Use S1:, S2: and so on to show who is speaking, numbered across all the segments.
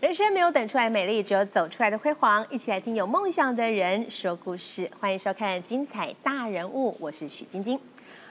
S1: 人生没有等出来美丽，只有走出来的辉煌。一起来听有梦想的人说故事，欢迎收看《精彩大人物》，我是许晶晶。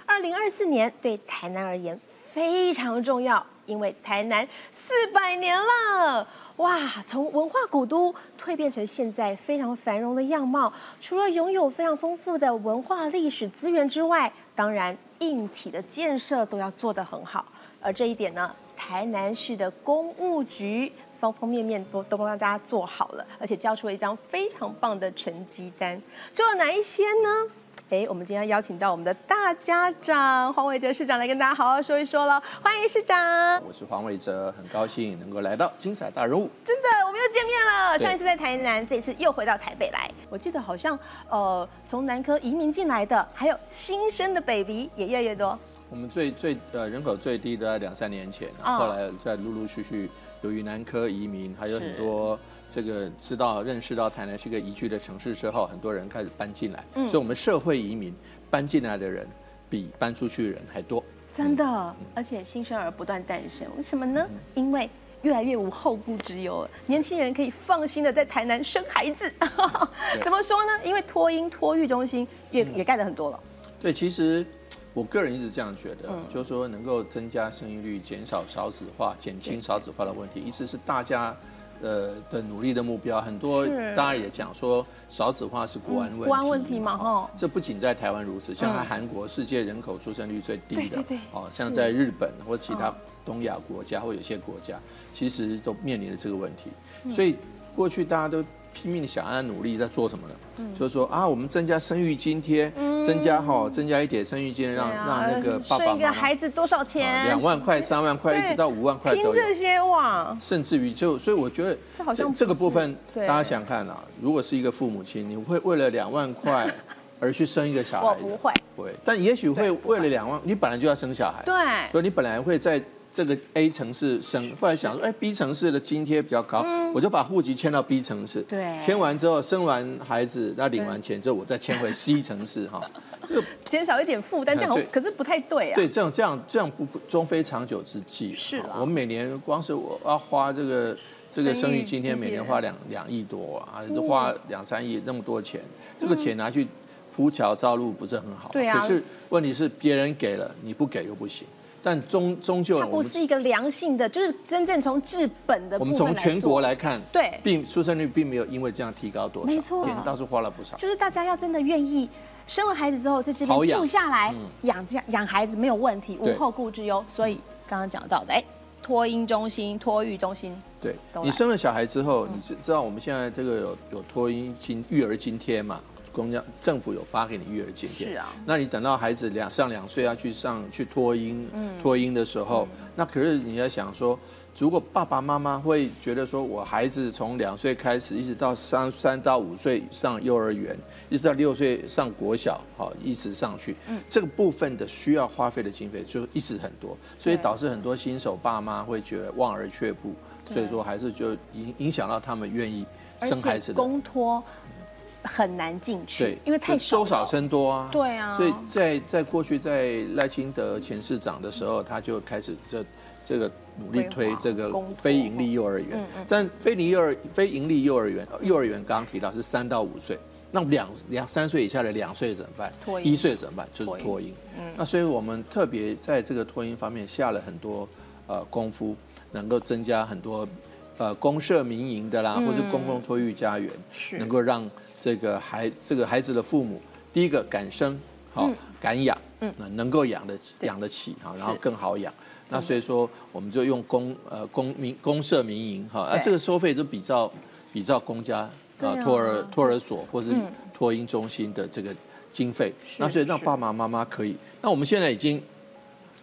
S1: 二零二四年对台南而言非常重要，因为台南四百年了。哇，从文化古都蜕变成现在非常繁荣的样貌。除了拥有非常丰富的文化历史资源之外，当然硬体的建设都要做得很好。而这一点呢，台南市的公务局方方面面都都帮大家做好了，而且交出了一张非常棒的成绩单。做了哪一些呢？哎，我们今天邀请到我们的大家长黄伟哲市长来跟大家好好说一说了，欢迎市长。
S2: 我是黄伟哲，很高兴能够来到精彩大人物。
S1: 真的，我们又见面了。
S2: 对
S1: 上一次在台南，这次又回到台北来。我记得好像呃，从南科移民进来的，还有新生的 baby 也越来越多。
S2: 我们最最呃人口最低的在两三年前，啊
S1: 哦
S2: 后来在陆陆续续由于南科移民，还
S1: 是
S2: 有很多这个知道认识到台南是一个宜居的城市之后，很多人开始搬进来，
S1: 嗯
S2: 所以我们社会移民搬进来的人比搬出去的人还多。
S1: 真
S2: 嗯
S1: 的，而且新生儿不断诞生，为什么呢？因为越来越无后顾之忧了，年轻人可以放心的在台南生孩子。 怎么说呢？因为托婴托育中心也、
S2: 嗯
S1: 也盖了很多了。
S2: 对，其实我个人一直这样觉
S1: 嗯
S2: 得，就是说能够增加生育率、减少少子化、减轻少子化的问题，一直是大家。呃的努力的目标，很多
S1: 是嗯
S2: 当然也讲说少子化是国安问题，哦
S1: 国安问题嘛吼
S2: 这不仅在台湾如此，像在
S1: 嗯
S2: 韩国，世界人口出生率最低的，
S1: 对对对
S2: 哦，像
S1: 是嗯
S2: 在日本或其他东亚国家或有些国家，其实都面临着这个问题。
S1: 嗯
S2: 所以过去大家都拼命地想要努力在做什么呢？
S1: 嗯
S2: 就是说啊，我们增加生育津贴，增加哈，增加一点生育津贴，让
S1: 对啊
S2: 让那个爸爸
S1: 生
S2: 妈
S1: 一个
S2: 妈
S1: 孩子多少钱？
S2: 两万块、三万块，
S1: 对
S2: 一直到五万块
S1: 凭
S2: 都有。
S1: 这些哇，
S2: 甚至于就，所以我觉得
S1: 这好像不
S2: 这个部分，
S1: 是
S2: 大
S1: 对
S2: 家想看啊，如果是一个父母亲，你会为了两 万块而去生一个小孩
S1: 我
S2: 的？
S1: 不会。
S2: 不会，但也许会为了两万，你本来就要生小孩，
S1: 对
S2: 所以你本来会在这个 A 城市生，后来想说，哎，B 城市的津贴比较高，我就把户籍迁到 B 城市，
S1: 对
S2: 迁完之后生完孩子，那领完钱之后，我再迁回 C 城市哈，这个
S1: 减少一点负担，这样好
S2: 哎对
S1: 可是不太对啊。
S2: 对，这样这样这样不不终非长久之计。
S1: 是
S2: 哈
S1: 啦
S2: 我们每年光是我要花这个这个
S1: 生
S2: 生
S1: 育
S2: 育津贴，
S1: 津贴嗯
S2: 每年花两两亿多啊，花两三亿那么多钱，这个钱拿去铺桥造路不是很好？
S1: 对啊
S2: 可是问题是别人给了，你不给又不行。但终终究
S1: 它
S2: 我
S1: 不
S2: 们
S1: 是一个良性的，就是真正从治本的部
S2: 我
S1: 分
S2: 们从
S1: 做
S2: 全国，来看，
S1: 对
S2: 并出生率并没有因为这样提高多少，
S1: 没错
S2: 钱倒是花了不少。
S1: 就是大家要真的愿意生了孩子之后在这
S2: 好
S1: 边
S2: 养嗯
S1: 住下来，养家养孩子没有问题，无
S2: 对
S1: 后顾之忧。所以刚刚讲到的，哎，托婴中心、托育中心，
S2: 对
S1: 都，来
S2: 你生了小孩之后，你知知道我们现在这个有有托婴津育儿津贴嘛？公家政府有发给你育儿津贴，
S1: 是啊
S2: 那你等到孩子两上两岁要去上去托婴，
S1: 嗯
S2: 托婴的时候，那可是你要想说，如果爸爸妈妈会觉得说我孩子从两岁开始一直到三三到五岁上幼儿园，一直到六岁上国小，好一直上去，
S1: 嗯
S2: 这个部分的需要花费的经费就一直很多，所以
S1: 对
S2: 导致很多新手爸妈会觉得望而却步。所以说还是就影影响到他们愿意
S1: 而
S2: 生孩
S1: 且
S2: 子的，
S1: 公托很难进去
S2: 对，，
S1: 因为太
S2: 就
S1: 少
S2: 收少
S1: 了。
S2: 生多啊，
S1: 对啊
S2: 所以在在过去在赖清德前市长的时候，他就开始这这个努力
S1: 规
S2: 推
S1: 划嗯
S2: 这个
S1: 公托
S2: 非盈利幼儿园，但非盈利幼儿非盈利幼儿园幼儿园刚刚提到是三到五岁。那两两三岁以下的两岁怎么办
S1: 托？婴嗯
S2: 一岁怎么办？就是
S1: 托
S2: 托婴。那所以我们特别在这个托婴方面下了很多呃功夫，能够增加很多呃公社民营的
S1: 嗯
S2: 啦，或者公共托育家园，
S1: 是
S2: 能够让这个孩这个孩子的父母，第一个敢生，好、敢养，嗯，能够养得
S1: 对
S2: 养得起哈，
S1: 是
S2: 然后更好养。那所以说，我们就用公呃公民公社民营哈，那、
S1: 对
S2: 这个收费就比较比较公家
S1: 对啊
S2: 托儿托儿所或者托婴中心的这个经费，那所以让
S1: 是
S2: 爸爸妈妈可以。那我们现在已经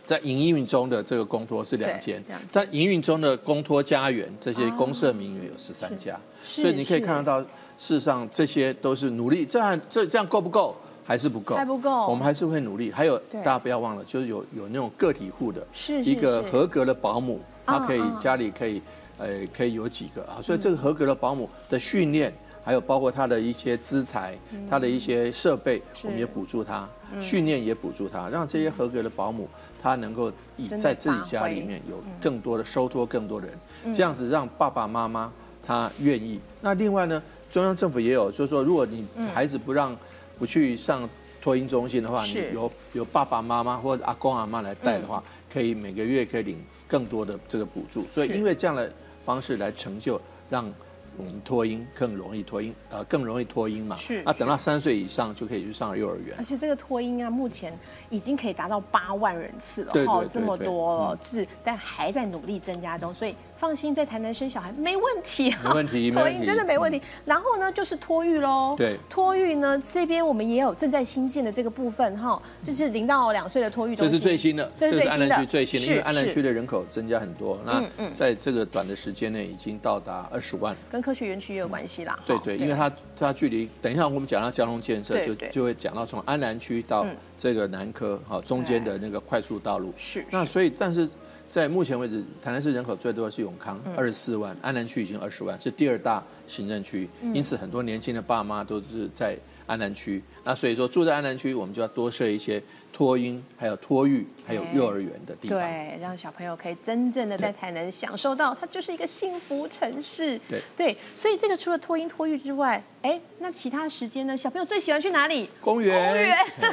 S2: 在营运中的这个公托是两间
S1: 对两间，哦
S2: 在营运中的公托家园这些公社民营有十三家，
S1: 是
S2: 所以你可以
S1: 是
S2: 看得到，事实上这些都是努力，这样这这样够不够？还是不够，
S1: 还不够
S2: 我们还是会努力。还有
S1: 对
S2: 大家不要忘了，就是有有那种个体户的，
S1: 是是
S2: 一个
S1: 是
S2: 合格的保姆，他可以
S1: 啊
S2: 家里可以呃可以有几个啊，所以这个合格的保姆的训练，还有包括他的一些资材、
S1: 嗯
S2: 他的一些设备，我们也补助他，训练也补助他，让这些合格的保姆他能够以
S1: 真的
S2: 在自己
S1: 发
S2: 家里
S1: 挥嗯
S2: 面有更多的收托更多的人，这样子让爸爸妈妈他愿意。那另外呢，中央政府也有，就是说，如果你
S1: 嗯
S2: 孩子不让不去上托婴中心的话，你
S3: 是
S2: 有有爸爸妈妈或者阿公阿妈来带的话，
S1: 嗯
S2: 可以每个月可以领更多的这个补助。所以
S3: 是
S2: 因为这样的方式来成就，让我们脱音更容易脱音，呃，更容易脱音嘛。
S3: 是
S2: 那等到三岁以上就可以去上幼儿园
S1: 而。且这个托婴啊，目前已经可以达到八万人次了
S2: 对
S1: 哈，
S2: 对对
S1: 这么
S2: 对嗯
S1: 多了，是、但还在努力增加中，所以放心，在台南生小孩没问题、啊，
S2: 没问题没
S1: 托
S2: 问
S1: 婴
S2: 题
S1: 真的没问题。然后呢，就是托育喽，
S2: 对
S1: 托育呢这边我们也有正在新建的这个部分哈，就是零到两岁的托育中
S2: 这
S1: 心，
S2: 是最新的，
S1: 这是
S2: 是
S1: 最
S2: 安
S1: 新
S2: 南
S1: 的，
S2: 区最新的，因为
S1: 是
S2: 安南
S1: 是
S2: 区的人口增加很多，那
S1: 嗯嗯
S2: 在这个短的时间内已经到达二十万。
S1: 跟科学园区也有关系啦，
S2: 对
S1: 哈
S2: 对，因为它它距离，等一下我们讲到交通建设，
S1: 对
S2: 就
S1: 对
S2: 就会讲到从安南区到
S1: 嗯
S2: 这个南科哈中间的那个快速道路。
S1: 是
S2: 那
S1: 是
S2: 所以，但是在目前为止，台南市人口最多的是永康，
S1: 嗯
S2: 二十四万，安南区已经二十万，是第二大行政区。
S1: 嗯
S2: 因此，很多年轻的爸妈都是在安南区。那所以说，住在安南区，我们就要多设一些托婴、还有托育、还有幼儿园的地方。
S1: 对，让小朋友可以真正的在台南享受到，它就是一个幸福城市。
S2: 对
S1: 所以这个除了托婴托育之外，哎，那其他时间呢？小朋友最喜欢去哪里？
S2: 公园，
S1: 公园
S2: 嘿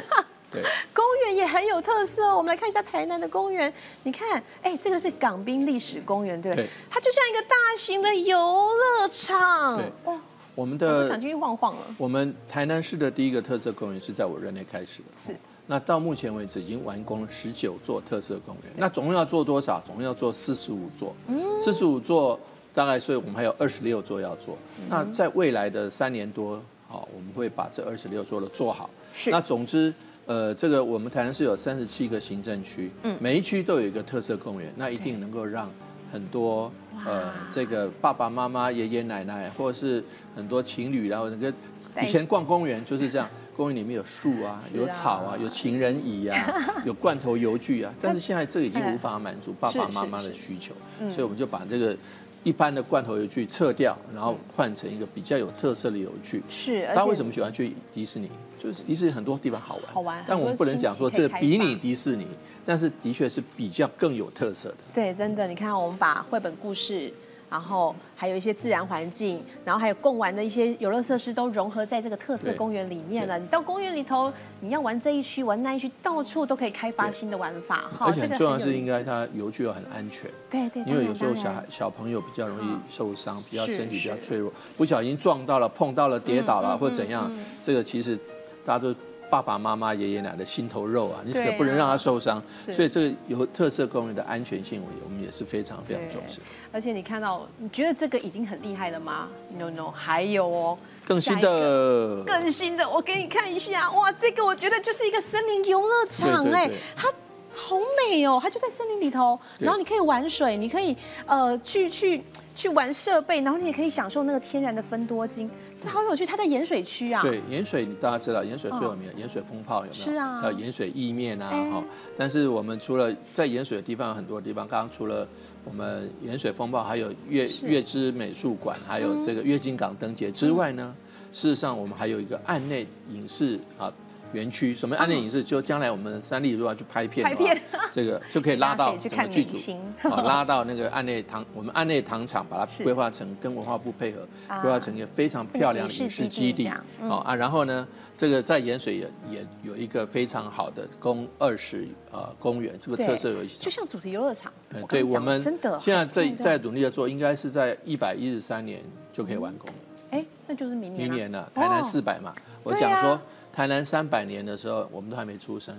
S2: 对，
S1: 公园也很有特色哦。我们来看一下台南的公园，你看，哎，这个是港滨历史公园，对不对
S2: 对
S1: 它就像一个大型的游乐场。
S2: 对呃
S1: 哇，
S2: 我 们
S1: 我都
S2: 的
S1: 想进去晃啊晃了。
S2: 我们台南市的第一个特色公园是在我任内开始的，哦
S1: 是
S2: 那到目前为止已经完工了十九座特色公园，那总共要做多少？总共要做四十五座，四十五座大概，所以我们还有二十六座要做。那在未来的三年多，好，我们会把这二十六座的做好。
S1: 是
S2: 那总之。呃，这个我们台南市有三十七个行政区，嗯，每一区都有一个特色公园，那一定能够让很多呃这个爸爸妈妈、爷爷奶奶，或者是很多情侣，然后能够
S1: 带
S2: 以前逛公园就是这样，公园里面有树啊，有草啊，有情人椅 啊，有罐头油具啊，但是现在这个已经无法满足爸爸妈妈的需求，所以我们就把这个一般的罐头油具撤掉，然后换成一个比较有特色的油具。
S1: 是，而
S2: 大家
S1: 且
S2: 为什么喜欢去迪士尼？就是迪士尼很多地方好玩，
S1: 好玩
S2: 但我们不能讲说
S1: 很多
S2: 这
S1: 新奇可
S2: 个
S1: 以
S2: 比
S1: 开发
S2: 拟迪士尼，但是的确是比较更有特色的。
S1: 对，真的，你看我们把绘本故事，然后还有一些自然环境，然后还有共玩的一些游乐设施都融合在这个特色
S2: 对
S1: 公园里面了。
S2: 对
S1: 你到公园里头，你要玩这一区，玩那一区，到处都可以开发
S2: 对
S1: 新的玩法
S2: 而且很重要的
S1: 有
S2: 是，
S1: 意
S2: 应该
S1: 思
S2: 它油具要很安全。
S1: 对对，
S2: 因为有时候
S1: 当然
S2: 小
S1: 当然嗯
S2: 孩小朋友比较容易受伤，比较
S1: 是
S2: 身体比较
S1: 是嗯
S2: 脆弱，不小心撞到了、碰到了、跌倒了或怎样，这个其实大家都爸爸妈妈、爷爷奶奶的心头肉啊，你
S1: 对
S2: 可不能
S1: 啊
S2: 让他受伤。
S1: 是
S2: 所以这个有特色公园的安全性，我们也是非常非常
S1: 对
S2: 重视。
S1: 而且你看到，你觉得这个已经很厉害了吗？No No，还有哦，
S2: 更新
S1: 下一个
S2: 的，
S1: 更新的，我给你看一下，哇，这个我觉得就是一个森林游乐场
S2: 对对
S1: 哎、
S2: 对
S1: 它好美哦，它就在森林里头，
S2: 对
S1: 然后你可以玩水，你可以呃去去去玩设备，然后你也可以享受那个天然的芬多精，这好有趣，它在盐水区啊，嗯
S2: 对，盐水你大家知道，盐水最有名的盐水风炮有没有？
S1: 是啊
S2: 还有盐水意面啊，
S1: 哎
S2: 哈。但是我们除了在盐水的地方，有很多地方，刚刚除了我们盐水风暴，还有月
S1: 是嗯
S2: 月之美术馆，还有这个月津港灯节之外呢，事实上我们还有一个岸内影视啊。园区什么暗恋影视，就将来我们三立如果要去拍片的话，
S1: 嗯拍片
S2: 这个就可以拉
S1: 大家
S2: 到
S1: 可以去
S2: 整个
S1: 看
S2: 剧
S1: 明
S2: 组
S1: 星，
S2: 啊，拉到那个暗内 糖，我们暗内糖厂把
S1: 是
S2: 它规划成跟文化部配合，
S1: 啊
S2: 规划成一个非常漂亮的
S1: 影
S2: 影
S1: 视
S2: 视
S1: 基
S2: 基
S1: 地
S2: 地
S1: 这样嗯
S2: 哦啊，然后呢，这个在盐水也也有一个非常好的公二十呃公园，这个
S1: 对
S2: 特色有一 些。
S1: 就像主题游乐场，
S2: 呃
S1: 我
S2: 对
S1: 跟你
S2: 我
S1: 讲
S2: 们
S1: 真的
S2: 现在
S1: 好
S2: 在
S1: 棒的
S2: 在努力的做，应该是在一百一十三年就可以完工了。
S1: 哎，那就是明年、啊，
S2: 明年呢，台南
S1: 哦
S2: 四百嘛，我
S1: 对
S2: 讲
S1: 啊
S2: 说台南三百年的时候，我们都还没 出生。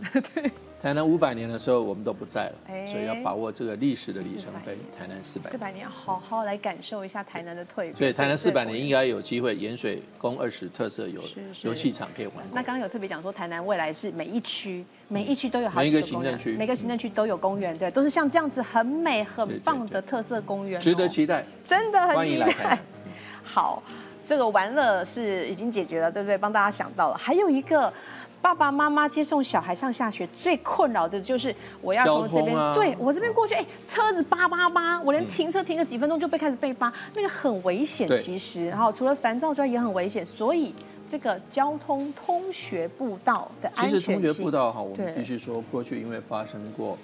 S2: 台南五百年的时候，我们都不在了，所以要
S1: 哎
S2: 把握这个历史的里程
S1: 400
S2: 碑
S1: 年。
S2: 台南四百
S1: 四。百年，好好来感受一下台南的蜕变。
S2: 所以台南
S1: 这
S2: 四
S1: 个
S2: 百年应该有机会，盐水宫二十特色游
S1: 是是
S2: 游戏场可以完
S1: 那
S2: 工。
S1: 刚刚有特别讲说，台南未来是每一区，每一区都有好
S2: 嗯
S1: 几
S2: 每一
S1: 个
S2: 个
S1: 公园
S2: 行政区
S1: 每个行政区都有公园，对，都是像这样子很美很
S2: 对
S1: 棒
S2: 对
S1: 的特色公园哦，
S2: 值得期待，
S1: 真的很
S2: 欢
S1: 期
S2: 迎来台
S1: 待
S2: 南。。
S1: 好，这个玩乐是已经解决了，对不对？帮大家想到了，还有一个。爸爸妈妈接送小孩上下学最困扰的就是我要从这
S2: 交
S1: 边，
S2: 通啊嗯
S1: 对我这边过去，哎，车子叭叭叭，我连停车停个几分钟就被开始被扒，那个很危险。
S2: 对
S1: 其实，然后除了烦躁之外也很危险，所以这个交通通学步道的安
S2: 其
S1: 全性，
S2: 实通学步道哈，我
S1: 对
S2: 们必须说，过去因为发生过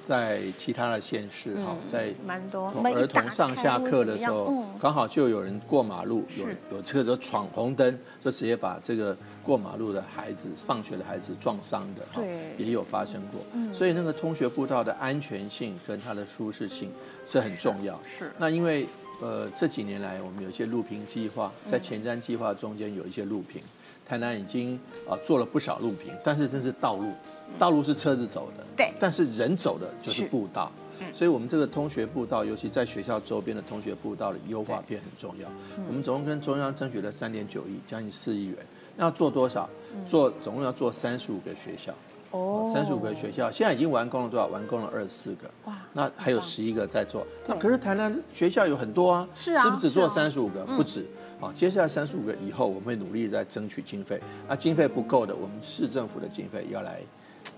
S2: 在其他的县市哈，
S1: 嗯
S2: 在
S3: 蛮多
S2: 从儿童上下课的时候，刚好就有人过马路，
S3: 是
S2: 有有车子闯红灯，就直接把这个过马路的孩子、放学的孩子撞伤的哈
S1: 对，
S2: 也有发生过。所以那个通学步道的安全性跟它的舒适性是很重要。
S1: 嗯是
S2: 那因为呃这几年来，我们有一些路平计划，
S1: 嗯
S2: 在前瞻计划中间有一些路平，台南已经啊、呃做了不少路平，但是这是道路，道路是车子走的，
S1: 嗯对
S2: 但是人走的就是
S1: 是嗯
S2: 步道。所以，我们这个通学步道，尤其在学校周边的通学步道的优化变很重要。
S1: 嗯
S2: 我们总共跟中央争取了三点九亿，将近四亿元，
S1: 嗯
S2: 那要做多少？做总共要做三十五个学校。
S1: 哦
S2: 三十五个学校，现在已经完工了多少？完工了二十四个。
S1: 哇
S2: 那还有十一个在做。那可是台南学校有很多啊，
S1: 是啊
S2: 是不是只做
S1: 是啊
S2: 三十五个？不止。好，接下来三十五个以后，我们会努力在争取经费。啊，经费不够的，我们市政府的经费要来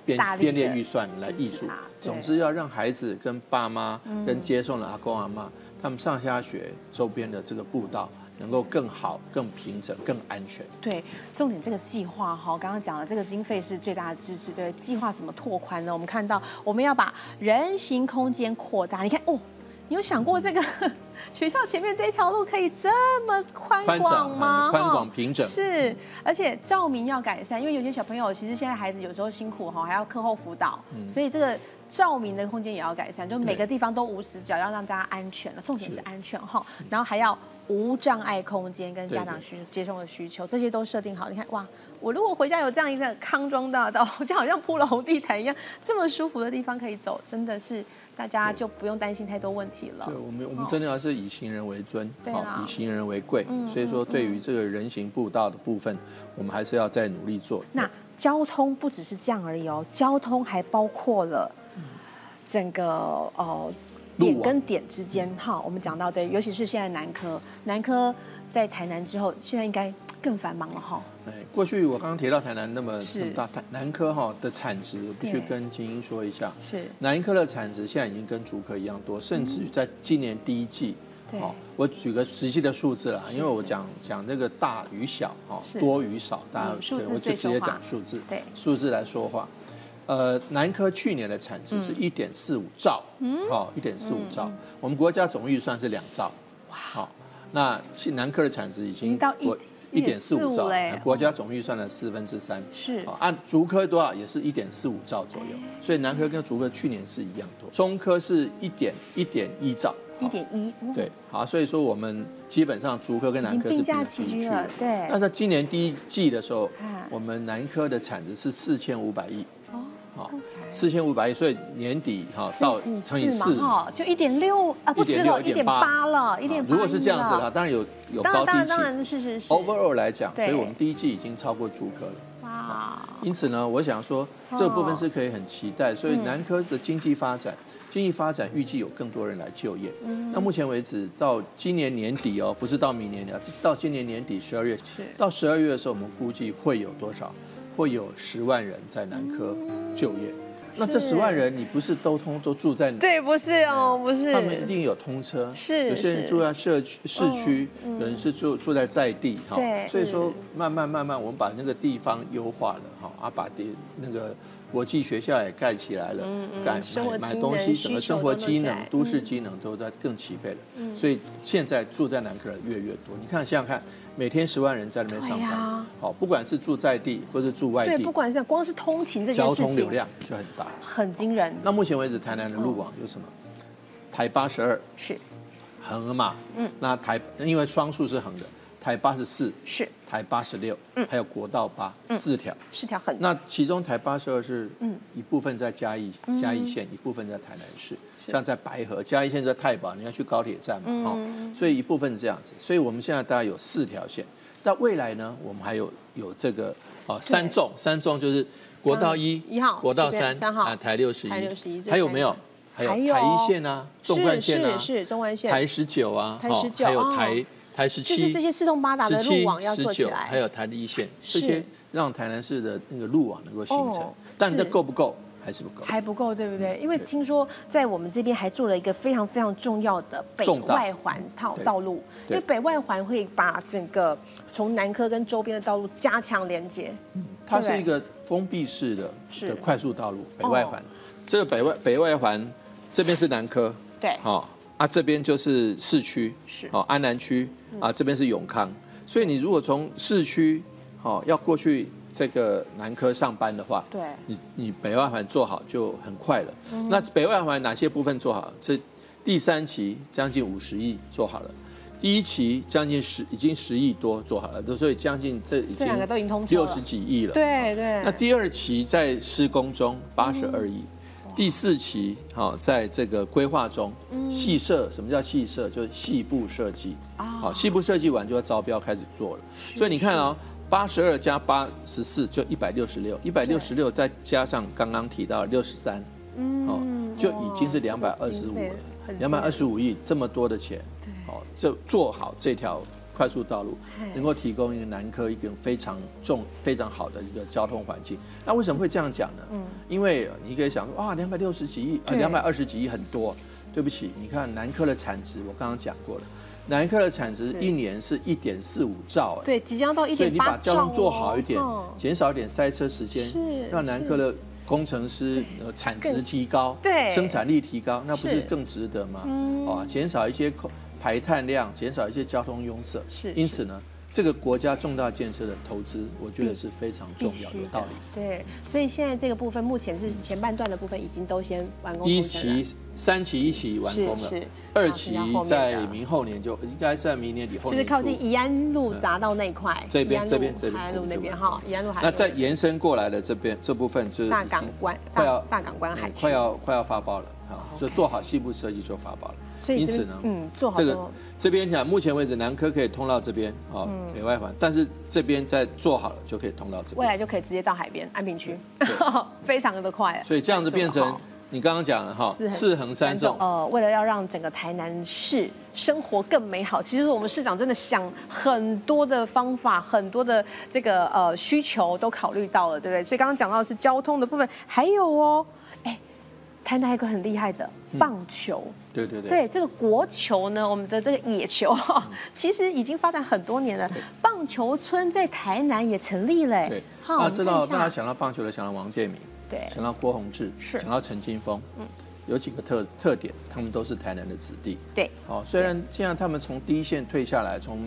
S2: 编
S1: 大力地
S2: 编列预算来
S1: 支
S2: 挹
S1: 持它。
S2: 注
S1: 对嗯
S2: 总之要让孩子跟爸妈、跟接送的阿公阿妈，他们上下学周边的这个步道能够更好、更平整、更安全。
S1: 对，重点这个计划哈，刚刚讲了，这个经费是最大的支持。对，计划怎么拓宽呢？我们看到我们要把人行空间扩大。你看哦，你有想过这个 学校前面这条路可以这么宽
S2: 宽
S1: 广
S2: 敞
S1: 吗？
S2: 嗯宽
S1: 哈
S2: 广平整
S1: 是，而且照明要改善，因为有些小朋友其实现在孩子有时候辛苦哈，还要课后辅导，所以这个照明的空间也要改善，就每个地方都无死角，要让大家安全了。重点是
S2: 是
S1: 安全哈，然后还要无障碍空间跟家
S2: 对
S1: 长
S2: 对
S1: 需接送的需求，这些都设定好。你看哇，我如果回家有这样一个康庄大道， 就好像铺了红地毯一样，这么舒服的地方可以走，真的是大家
S2: 对
S1: 就不用担心太多问题了
S2: 对，。我们我们
S1: 哦
S2: 真的要是以行人为尊，
S1: 对
S2: 好
S1: 啦嗯
S2: 以行人为贵，所以说对于这个人行步道的部分，我们还是要再努力做。
S1: 那交通不只是这样而已哦，交通还包括了整个呃
S2: 路网
S1: 点
S2: 嗯
S1: 跟点之间哈。我们讲到对，尤其是现在南科，南科在台南之后，现在应该更繁忙了哈。
S2: 哎，过去我刚刚提到台南那么
S1: 是
S2: 那么大，台南科哈的产值，我必须
S1: 对
S2: 跟精英说一下，
S1: 是
S2: 南科的产值现在已经跟竹科一样多，甚至
S1: 嗯
S2: 于在今年第一季。
S1: 对
S2: 好，我举个实际的数字啦，因为我讲讲这个大与小，哈
S1: 是，
S2: 多与少，大家
S1: 嗯数字
S2: 对我就
S1: 最
S2: 直
S1: 说
S2: 接
S1: 话
S2: 讲数字，
S1: 对
S2: 数字来说话。呃，南科去年的产值是
S1: 嗯
S2: 一点四五兆，好，一点四五兆，我们国家总预算是两兆，好，那现南科的产值已
S1: 已
S2: 经
S1: 经到一
S2: 一点四五兆
S1: 1.45嘞，
S2: 国家总预算的四分之三，
S1: 嗯是哎
S2: 好按竹科多少也是一点四五兆左右，所以南科跟竹科去年是一样多，中科是一点一点一兆，
S1: 一
S2: 好
S1: 点一，哦
S2: 对，好，所以说我们基本上竹科跟
S1: 嗯已
S2: 南
S1: 经
S2: 科是
S1: 并驾
S2: 平
S1: 齐
S2: 平
S1: 驱
S2: 去
S1: 了
S2: 的。
S1: 对
S2: 那在今年第一季的时候
S1: 啊，
S2: 我们南科的产值是四千五百亿，
S1: 哦
S2: 好
S1: OK，
S2: 四千五百亿，所以年底哈到
S1: 所以乘
S2: 乘
S1: 以
S2: 以
S1: 四
S2: 四。
S1: 嘛哈，就一点六啊，不止了，一点八了，一点八。
S2: 啊如果是这样子的话，，当然有有
S1: 当
S2: 高
S1: 然
S2: 低
S1: 当然当
S2: 起伏
S1: 然是是是，
S2: overall 来讲，所
S1: 对
S2: 以我们第一季已经超过竹科了。
S1: 哇，
S2: 因此呢，我想说
S1: 哦
S2: 这个部分是可以很期待，
S1: 嗯
S2: 所以南科的经济发展，经济发展预计有更多人来就业。
S1: 嗯
S2: 那目前为止到今年年底哦，不是到明年了，到今年年底十二月，到十二月的时候，我们估计会有多少？会有十万人在南科就业。那这
S1: 是
S2: 十万人，你不是都通都住在
S1: 对，不是哦，不
S2: 他们一
S1: 是，
S2: 定有通车，
S1: 是
S2: 有些人
S1: 是
S2: 住在社区市区，有人是住住在在地哈
S1: 对，
S2: 所以说慢慢慢慢，我们把那个地方优化了哈，啊，把地那个国际学校也盖起来了，改
S1: 嗯生活
S2: 买买
S1: 机
S2: 东
S1: 能
S2: 西，整个
S1: 需求
S2: 生活
S1: 都弄
S2: 机
S1: 起
S2: 能
S1: 来、嗯
S2: 都市机能都在更齐备了，所以现在住在南科人越来越多。你看想想看，每天十万人在那边上
S1: 对
S2: 班
S1: 啊，
S2: 好，不管是住在地或是住外
S1: 对，
S2: 地
S1: 不，管是光是通勤这件
S2: 交
S1: 事
S2: 通
S1: 情
S2: 流，量就很大。
S1: 很惊人，
S2: 那目前为止，台南的路网有什么？
S1: 哦
S2: 台八十二。
S1: 是
S2: 横嘛，嗯，那台因为双数是横的，台八十四、
S1: 是
S2: 台八十六，嗯，还有国道八
S1: 嗯
S2: 四条。
S1: 是条很
S2: 那其中台八十二是，嗯，一部分在嘉义
S1: 嗯
S2: 嘉义县，一部分在台南市，像在白河嘉义县在太保，你要去高铁站
S1: 嗯
S2: 嘛，哦，所以一部分这样子，所以我们现在大概有四条线。那未来呢，我们还有有这个哦三纵，三纵就是国道一
S1: 一号
S2: 国道
S1: 这边嗯
S2: 三
S1: 三号
S2: 啊台六十一，
S1: 台61这
S2: 还有没有
S1: 三？
S2: 还有
S1: 还有
S2: 台一线啊，纵贯线啊，
S1: 是是是纵贯线，
S2: 台十九啊，
S1: 台
S2: 哦
S1: 19
S2: 还有
S1: 哦
S2: 台台十
S1: 就
S2: 七，
S1: 是这些四通八达的路网要
S2: 十
S1: 做起
S2: 九，
S1: 来，
S2: 还有台的一线，
S1: 是
S2: 这些让台南市的那个路网能够形成
S1: 哦，
S2: 但
S1: 是
S2: 这够不够还是不够。
S1: 还不够，对不对？因为听说在我们这边还做了一个非常非常重要的北
S2: 重大
S1: 外环道
S2: 对
S1: 道路，因
S2: 对
S1: 为北外环会把整个从南科跟周边的道路加强连接，
S2: 它是
S1: 对
S2: 一个封闭式的
S1: 是
S2: 的快速道路，北外环。这个北外北外环这边是南科，
S1: 对
S2: 好、啊，这边就是市区，
S1: 是嗯
S2: 好、安南区啊，这边是永康，所以你如果从市区好、要过去这个南科上班的话，
S1: 对
S2: 你你北外环做好就很快了。
S1: 嗯
S2: 那北外环哪些部分做好？这第三期将近五十亿做好了。第一期将近十，已经十亿多做好了，都所以将近这已
S1: 这
S2: 经
S1: 两个都已经通车
S2: 六
S1: 了
S2: 十几亿了。
S1: 对嗯对，
S2: 那第二期在施工中，八十二亿；第四期好在这个规划中，
S1: 嗯
S2: 细设。什么叫细设？就是细部设计
S1: 啊
S2: 好，细部设计完就要招标开始做了。所以你看啊，八十二加八十四就一百六十六，一百六十六再加上刚刚提到六十三，哦，就已经是两百
S1: 哇
S2: 二
S1: 嗯这
S2: 十
S1: 个经
S2: 五
S1: 费
S2: 了，
S1: 很惊
S2: 两百
S1: 人
S2: 二十五亿这么多的钱，哦，这做好这条快速道路，能够提供一个南科一个非常重、非常好的一个交通环境。那为什么会这样讲呢？嗯，因为你可以想说，哇，两百六十几亿，啊
S1: 对
S2: 两百二十几亿很多。对不起，你看南科的产值，我刚刚讲过了，南科的产值
S1: 是
S2: 一年是一点四五兆，哎
S1: 对即将到一
S2: 所以
S1: 点
S2: 你
S1: 八
S2: 把
S1: 兆
S2: 交
S1: 哦
S2: 通做好一点
S1: 嗯，
S2: 减少一点塞车时间
S1: 是，
S2: 让南科的工程师呃产值提高，
S3: 对
S2: 生产力提高，那不是
S3: 是
S2: 更值得吗？
S1: 嗯
S2: 哦，减少一些空排碳量，减少一些交通拥塞，
S1: 是
S2: 因此呢，这个国家重大建设的投资，我觉得是非常重要
S1: 必须
S2: 有
S1: 的
S2: 道理。
S1: 对，所以现在这个部分目前是前半段的部分已经都先完工
S2: 一
S1: 通车了
S2: 期、三期、一期完工了
S1: 是是，
S2: 二
S1: 然
S2: 期
S1: 后剩下后面
S2: 在
S1: 的
S2: 明后年就应该是在明年底后
S1: 就
S2: 年
S1: 是
S2: 初嗯
S1: 靠近宜安路匝道那一块，
S2: 这
S1: 宜
S2: 边
S1: 安路
S2: 这边这边
S1: 海岸路那边
S2: 这边
S1: 哈，宜安路海
S2: 那
S1: 岸路
S2: 再延伸过来的这边这部分就是
S1: 大
S2: 已
S1: 港
S2: 经
S1: 关
S2: 快
S1: 大
S2: 要
S1: 大港关海
S2: 嗯
S1: 区哦
S2: 快要快要发包了啊，
S1: OK
S2: 就做好西部设计就发包了。
S1: 所以
S2: 因
S1: 这边
S2: 此呢，
S1: 嗯做好
S2: 这
S1: 之
S2: 个
S1: 后
S2: 这边讲，目前为止南科可以通到这边啊，北外环，但是这边再做好了就可以通到这
S1: 嗯未
S2: 边，
S1: 来就可以直接到海边安平区， 非常的快了。
S2: 所以这样子变
S1: 快速
S2: 成
S1: 了哈
S2: 你刚刚讲了哈
S1: 哦四，横
S2: 四横三纵。
S1: 呃，为了要让整个台南市生活更美好，其实我们市长真的想很多的方法，很多的这个呃需求都考虑到了，对不对？所以刚刚讲到的是交通的部分，还有哦，哎，台南还有一个很厉害的棒球。
S2: 对对对。
S1: 对这个国球呢，我们的这个野球 哈，其实已经发展很多年了。棒球村在台南也成立了。哎
S2: 对，
S1: 好，我
S2: 大家
S1: 们
S2: 知
S1: 看一
S2: 道大家
S1: 下。
S2: 想到棒球的，想到王建民，
S1: 对
S2: 想到郭宏志，
S1: 是
S2: 想到陈金峰，嗯，有几个特特点，他们都是台南的子弟。
S1: 对，
S2: 哦，虽然现在他们从第一线退下来，从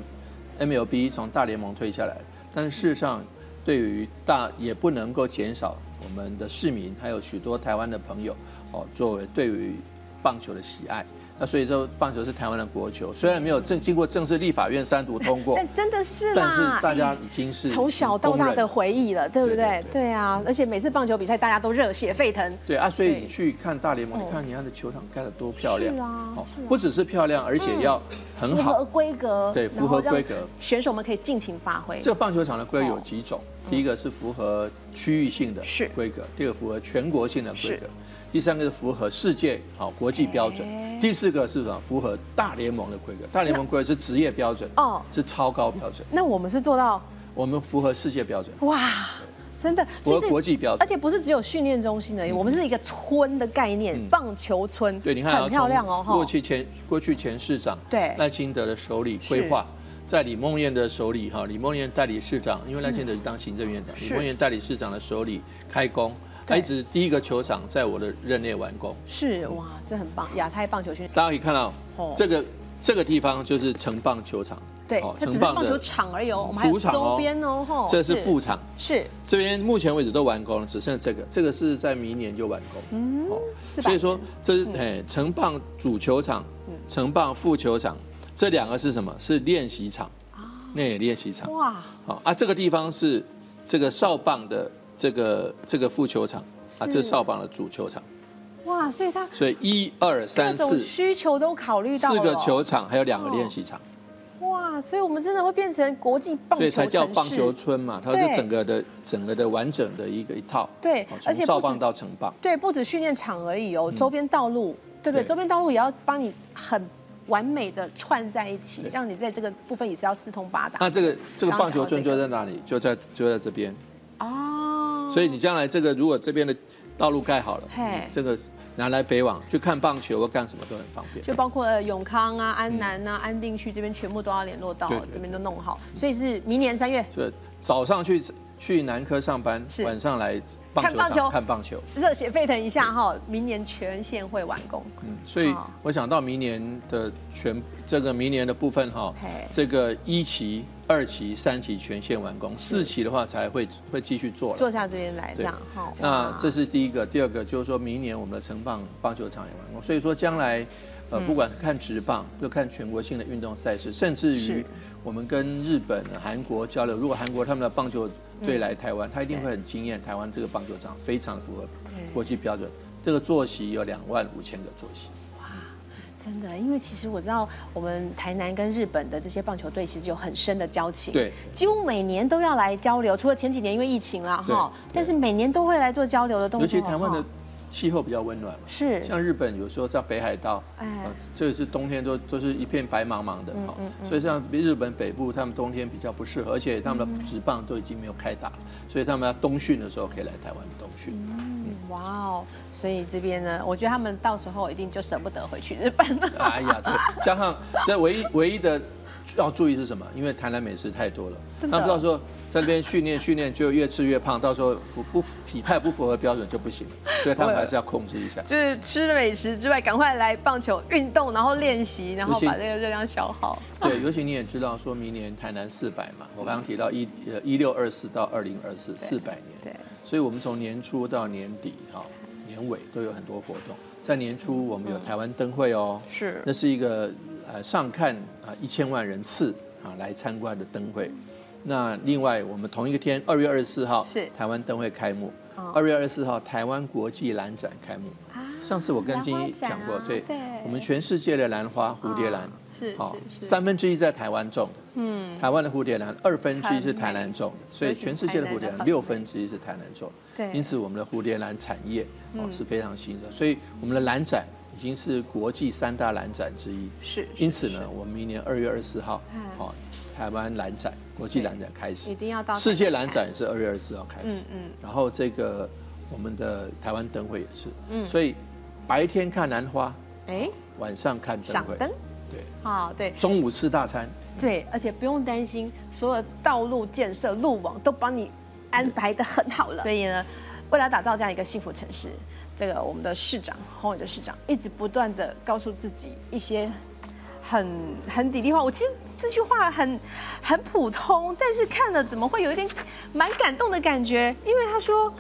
S2: MLB 从大联盟退下来，但是事实上，对于大也不能够减少我们的市民，还有许多台湾的朋友，哦，作为对于棒球的喜爱。那所以说，棒球是台湾的国球，虽然没有正经过正式立法院三读通过，
S1: 但真的是啦，
S2: 但是大
S1: 哎
S2: 家已经是
S1: 从小到
S2: 公
S1: 大
S2: 认
S1: 的回忆了，对不对？对
S2: 对对对
S1: 啊，而且每次棒球比赛大家都热血沸腾。
S2: 对啊，所以
S1: 对
S2: 你去看大联盟，
S1: 哦
S2: 你看人家的球场盖得多漂亮，
S1: 是啊嗯
S2: 哦，不只是漂亮，而且要很
S1: 符合
S2: 好。
S1: 规格，
S2: 对
S1: 然后
S2: 符合规格
S1: 让选手们可以尽情发挥。
S2: 这个棒球场的规格有
S1: 哦
S2: 几种？第一个是符合区域性的
S1: 是
S2: 规格，第二个符合全国性的规
S1: 是
S2: 格，第三个是符合世界好国际标准
S1: 哎，
S2: 第四个是什么？符合大联盟的规格。大联盟规格是职业标准，
S1: 哦
S2: 是超高标准。
S1: 那我们是做到
S2: 我们符合世界标准，
S1: 哇，真的，
S2: 符合
S1: 所以是
S2: 国际标
S1: 而
S2: 准。
S1: 且不是只有训练中心而已，我们是一个村的概念，棒球村，
S2: 嗯对，你看啊，
S1: 很漂亮哦，
S2: 从过去前过去前市长
S1: 对
S2: 赖清德的手里
S1: 是
S2: 规划，在李梦燕的手里哈，李梦燕代理市长，因为赖清德当行政院长，
S1: 嗯是
S2: 李梦燕代理市长的手里开工，
S1: 对
S2: 他一直第一个球场在我的任内完工。
S1: 是哇，这很棒，亚太棒球训练，
S2: 大家可以看到
S1: 哦，
S2: 这个这个地方就是城棒球场，
S1: 对
S2: 哦，
S1: 它只是棒球场而已哦，我们还有
S2: 主场
S1: 周
S2: 哦
S1: 边哦，吼
S2: 这是副场。
S1: 是
S2: 这边目前为止都完工了，只剩这个，这个是在明年就完工。嗯，哦，
S1: 400
S2: 所以说这
S1: 嗯
S2: 是哎城棒主球场、城棒副球场这两个是什么？是练习场，
S1: 啊
S2: 那也练习场。
S1: 哇，
S2: 好啊，这个地方是这个少棒的这个这个副球场啊，
S1: 是
S2: 这是少棒的主球场。
S1: 哇，所以它
S2: 所以一二
S1: 各
S2: 三
S1: 种
S2: 四
S1: 需求都考虑到了哦
S2: 四个球场，还有两个练习场，
S1: 哇，所以我们真的会变成国际棒
S2: 所
S1: 球
S2: 以才叫棒
S1: 城市
S2: 球村嘛，它
S1: 对
S2: 是整个的整个的完整的一个一套。
S1: 对
S2: 哦
S1: 而
S2: 从
S1: 且不
S2: 少
S1: 止
S2: 棒到城棒。
S1: 对，不止训练场而已哦，周边道路，对不对？
S2: 对
S1: 周边道路也要帮你很完美的串在一起，让你在这个部分也是要四通八达
S2: 那这个这个棒球
S1: 刚刚
S2: 村
S1: 调
S2: 就
S1: 这
S2: 在哪里？就在就在这边。
S1: 哦。
S2: 所以你将来这个如果这边的道路盖好了，
S1: 嘿
S2: 你这个南来北往去看棒球或干什么都很方便。
S1: 就包括呃永康啊、安南啊、安定区这边全部都要联络到
S2: 嗯对对，对
S1: 这边都弄好，所以是明年三月
S2: 所以早上去去南科上班，
S3: 是
S2: 晚上来棒
S3: 看
S2: 球
S3: 棒球
S2: 场看棒球。
S3: 热血沸腾一下哈，明年全县会完工。
S2: 嗯，所以
S3: 好
S2: 我想到明年的全这个明年的部分哈
S3: 嘿，
S2: 这个一期、二期、三期全线完工，四期的话才会会继续做了。
S3: 坐下这边来这
S2: 对
S3: 样哈。
S2: 那
S3: 哇
S1: 啊
S2: 这是第一个，第二个就是说明年我们的城棒棒球场也完工，所以说将来，
S1: 嗯
S2: 呃，不管看职棒，就看全国性的运动赛事，甚至
S3: 是
S2: 于我们跟日本、韩国交流，如果韩国他们的棒球队
S1: 嗯
S2: 来台湾，他一定会很惊艳，台湾这个棒球场非常符合国际标准，这个坐席有两万五千个坐席。
S1: 真的，因为其实我知道我们台南跟日本的这些棒球队其实有很深的交情，
S2: 对，
S1: 几乎每年都要来交流，除了前几年因为疫情啦
S2: 对
S1: 哈
S2: 对，
S1: 但是每年都会来做交流的动作。
S2: 尤其台湾的
S1: 哈
S2: 气候比较温暖嘛，
S1: 是
S2: 像日本有时候在北海道，
S1: 哎嗯
S2: 呃，这个是冬天都都是一片白茫茫的哈，所以像日本北部，他们冬天比较不适合，而且他们
S1: 嗯
S2: 的直棒都已经没有开打了，所以他们要冬训的时候可以来台湾冬训。
S1: 嗯哇哦，所以这边呢，我觉得他们到时候一定就舍不得回去日本了。
S2: 哎呀，对，加上这唯一唯一的要注意是什么？因为台南美食太多了，
S1: 真的
S2: 他们到时候在那边训练训练就越吃越胖，到时候符不符体态不符合标准就不行了，所以他们还是要控制一下。
S3: 就是吃美食之外，赶快来棒球运动，然后练习，然后
S2: 不行
S3: 把这个热量消耗。
S2: 对，尤其你也知道，说明年台南四百嘛，我刚刚提到一呃一六二四到二零二四四百年，
S3: 对，
S2: 所以我们从年初到年底哈、
S3: 嗯
S2: 年尾都有很多活动。在年初我们有台湾灯会哦，
S3: 是
S2: 那是一个呃上看啊一千万人次啊来参观的灯会。那另外我们同一个天，二月二十四号
S3: 是哦
S2: 台湾灯会开幕，二月二十四号台湾国际兰展开幕。上次我跟金一讲过，
S3: 啊兰花展啊
S2: 对
S3: 对，哦
S2: 我们全世界的兰花蝴蝶兰，
S3: 是
S2: 好
S3: 是是
S2: 三分之一在台湾种的，嗯，台湾的蝴蝶兰二分之一是台南种的，所以全世界的蝴蝶
S3: 而且台南的
S2: 兰六分之一是台南种的，
S3: 对嗯
S2: 因此我们的蝴蝶兰产业哦是非常兴盛，所以我们的兰展已经是国际三大兰展之一，
S3: 是是嗯
S2: 因此呢，我们明年二月二十四号，哦，台湾兰展国际兰展开始，
S3: 一定要到
S2: 世界
S3: 台南
S2: 兰展也是二月二十四号开始，
S3: 嗯
S2: 然后这个我们的台湾灯会也是，嗯，所以白天看兰花，
S3: 哎，
S2: 晚上看灯
S3: 赏
S2: 会，
S3: 灯
S2: 对，
S3: 啊，对
S2: 中午吃大餐。
S3: 对，而且不用担心，所有道路建设、路网都帮你安排的很好了
S1: 所。以呢，为了打造这样一个幸福城市，这个我们的市长洪伟的市长一直不断的告诉自己一些很很砥砺话。我其实这句话很很普通，但是看了怎么会有一点蛮感动的感觉？因为他说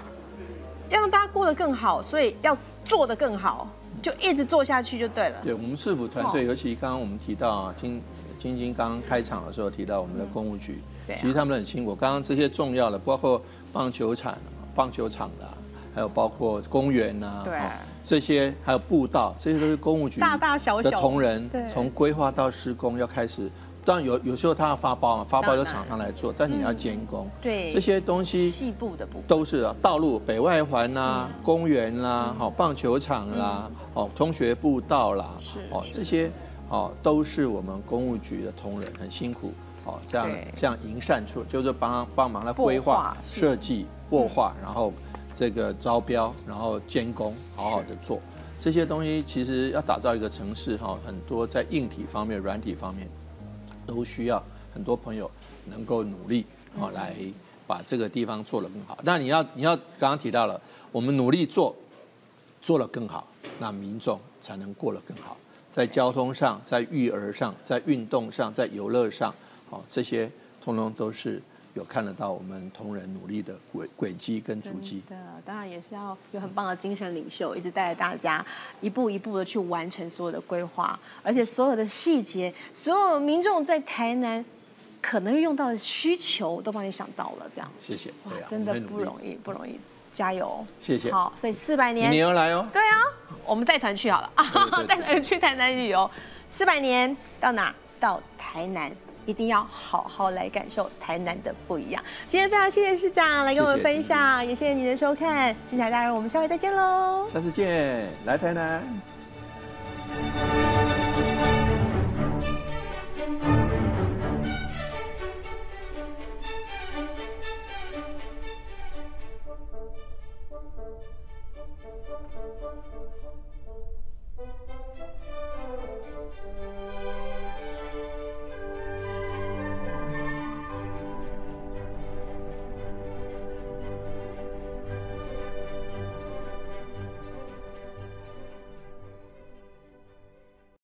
S1: 要让大家过得更好，所以要做得更好，就一直做下去就对了。
S2: 对我们市府团队，尤其刚刚我们提到啊，金金金刚刚开场的时候提到我们的公务局，
S1: 对啊
S2: 其实他们很辛苦。刚刚这些重要的，包括棒球场、棒球场的、啊，还有包括公园呐、啊，
S1: 对
S2: 哦这些还有步道，这些都是公务局
S3: 大大小小
S2: 的同仁
S3: 对
S2: 从规划到施工要开始。当然有有时候他要发包嘛，发包由厂商来做，但你要监工。
S3: 对
S2: 这些东西
S1: 细部的部分，
S2: 都是啊，道路北外环啦、
S1: 嗯
S2: 公园啦、好、棒球场啦、哦通学步道啦，
S1: 是
S2: 哦
S1: 是
S2: 这些哦都是我们公务局的同仁很辛苦哦，这样
S1: 对
S2: 这样营善处就是帮帮忙来规划
S1: 擘画、是嗯
S2: 设计、擘画，然后这个招标，然后监工，好好的做。这些东西其实要打造一个城市哈，很多在硬体方面、软体方面都需要很多朋友能够努力
S1: 嗯
S2: 啊、哦，来把这个地方做得更好。那你要你要刚刚提到了，我们努力做，做得更好，那民众才能过得更好，在交通上、在育儿上、在运动上、在游乐上，好、这些通通都是有看得到我们同仁努力的轨轨迹跟足迹。
S1: 的，当然也是要有很棒的精神领袖，一直带着大家一步一步的去完成所有的规划，而且所有的细节，所有民众在台南可能用到的需求都帮你想到了，这样
S2: 谢谢，
S1: 哇
S2: 对啊，，
S1: 真的
S2: 我们会努
S1: 不
S2: 力
S1: 容易，不容易，加油！哦
S2: 谢谢
S1: 好，所以四百
S2: 明
S1: 年，
S2: 年要来哦。
S1: 对啊，我们带团去好了啊，
S2: 对对对
S1: 带团去台南旅游，四百年到哪？到台南。一定要好好来感受台南的不一样。今天非常谢谢市长来跟我们
S2: 谢谢
S1: 分享，也谢谢您的收看。精彩大人，我们下回再见喽。
S2: 下次见，来台南。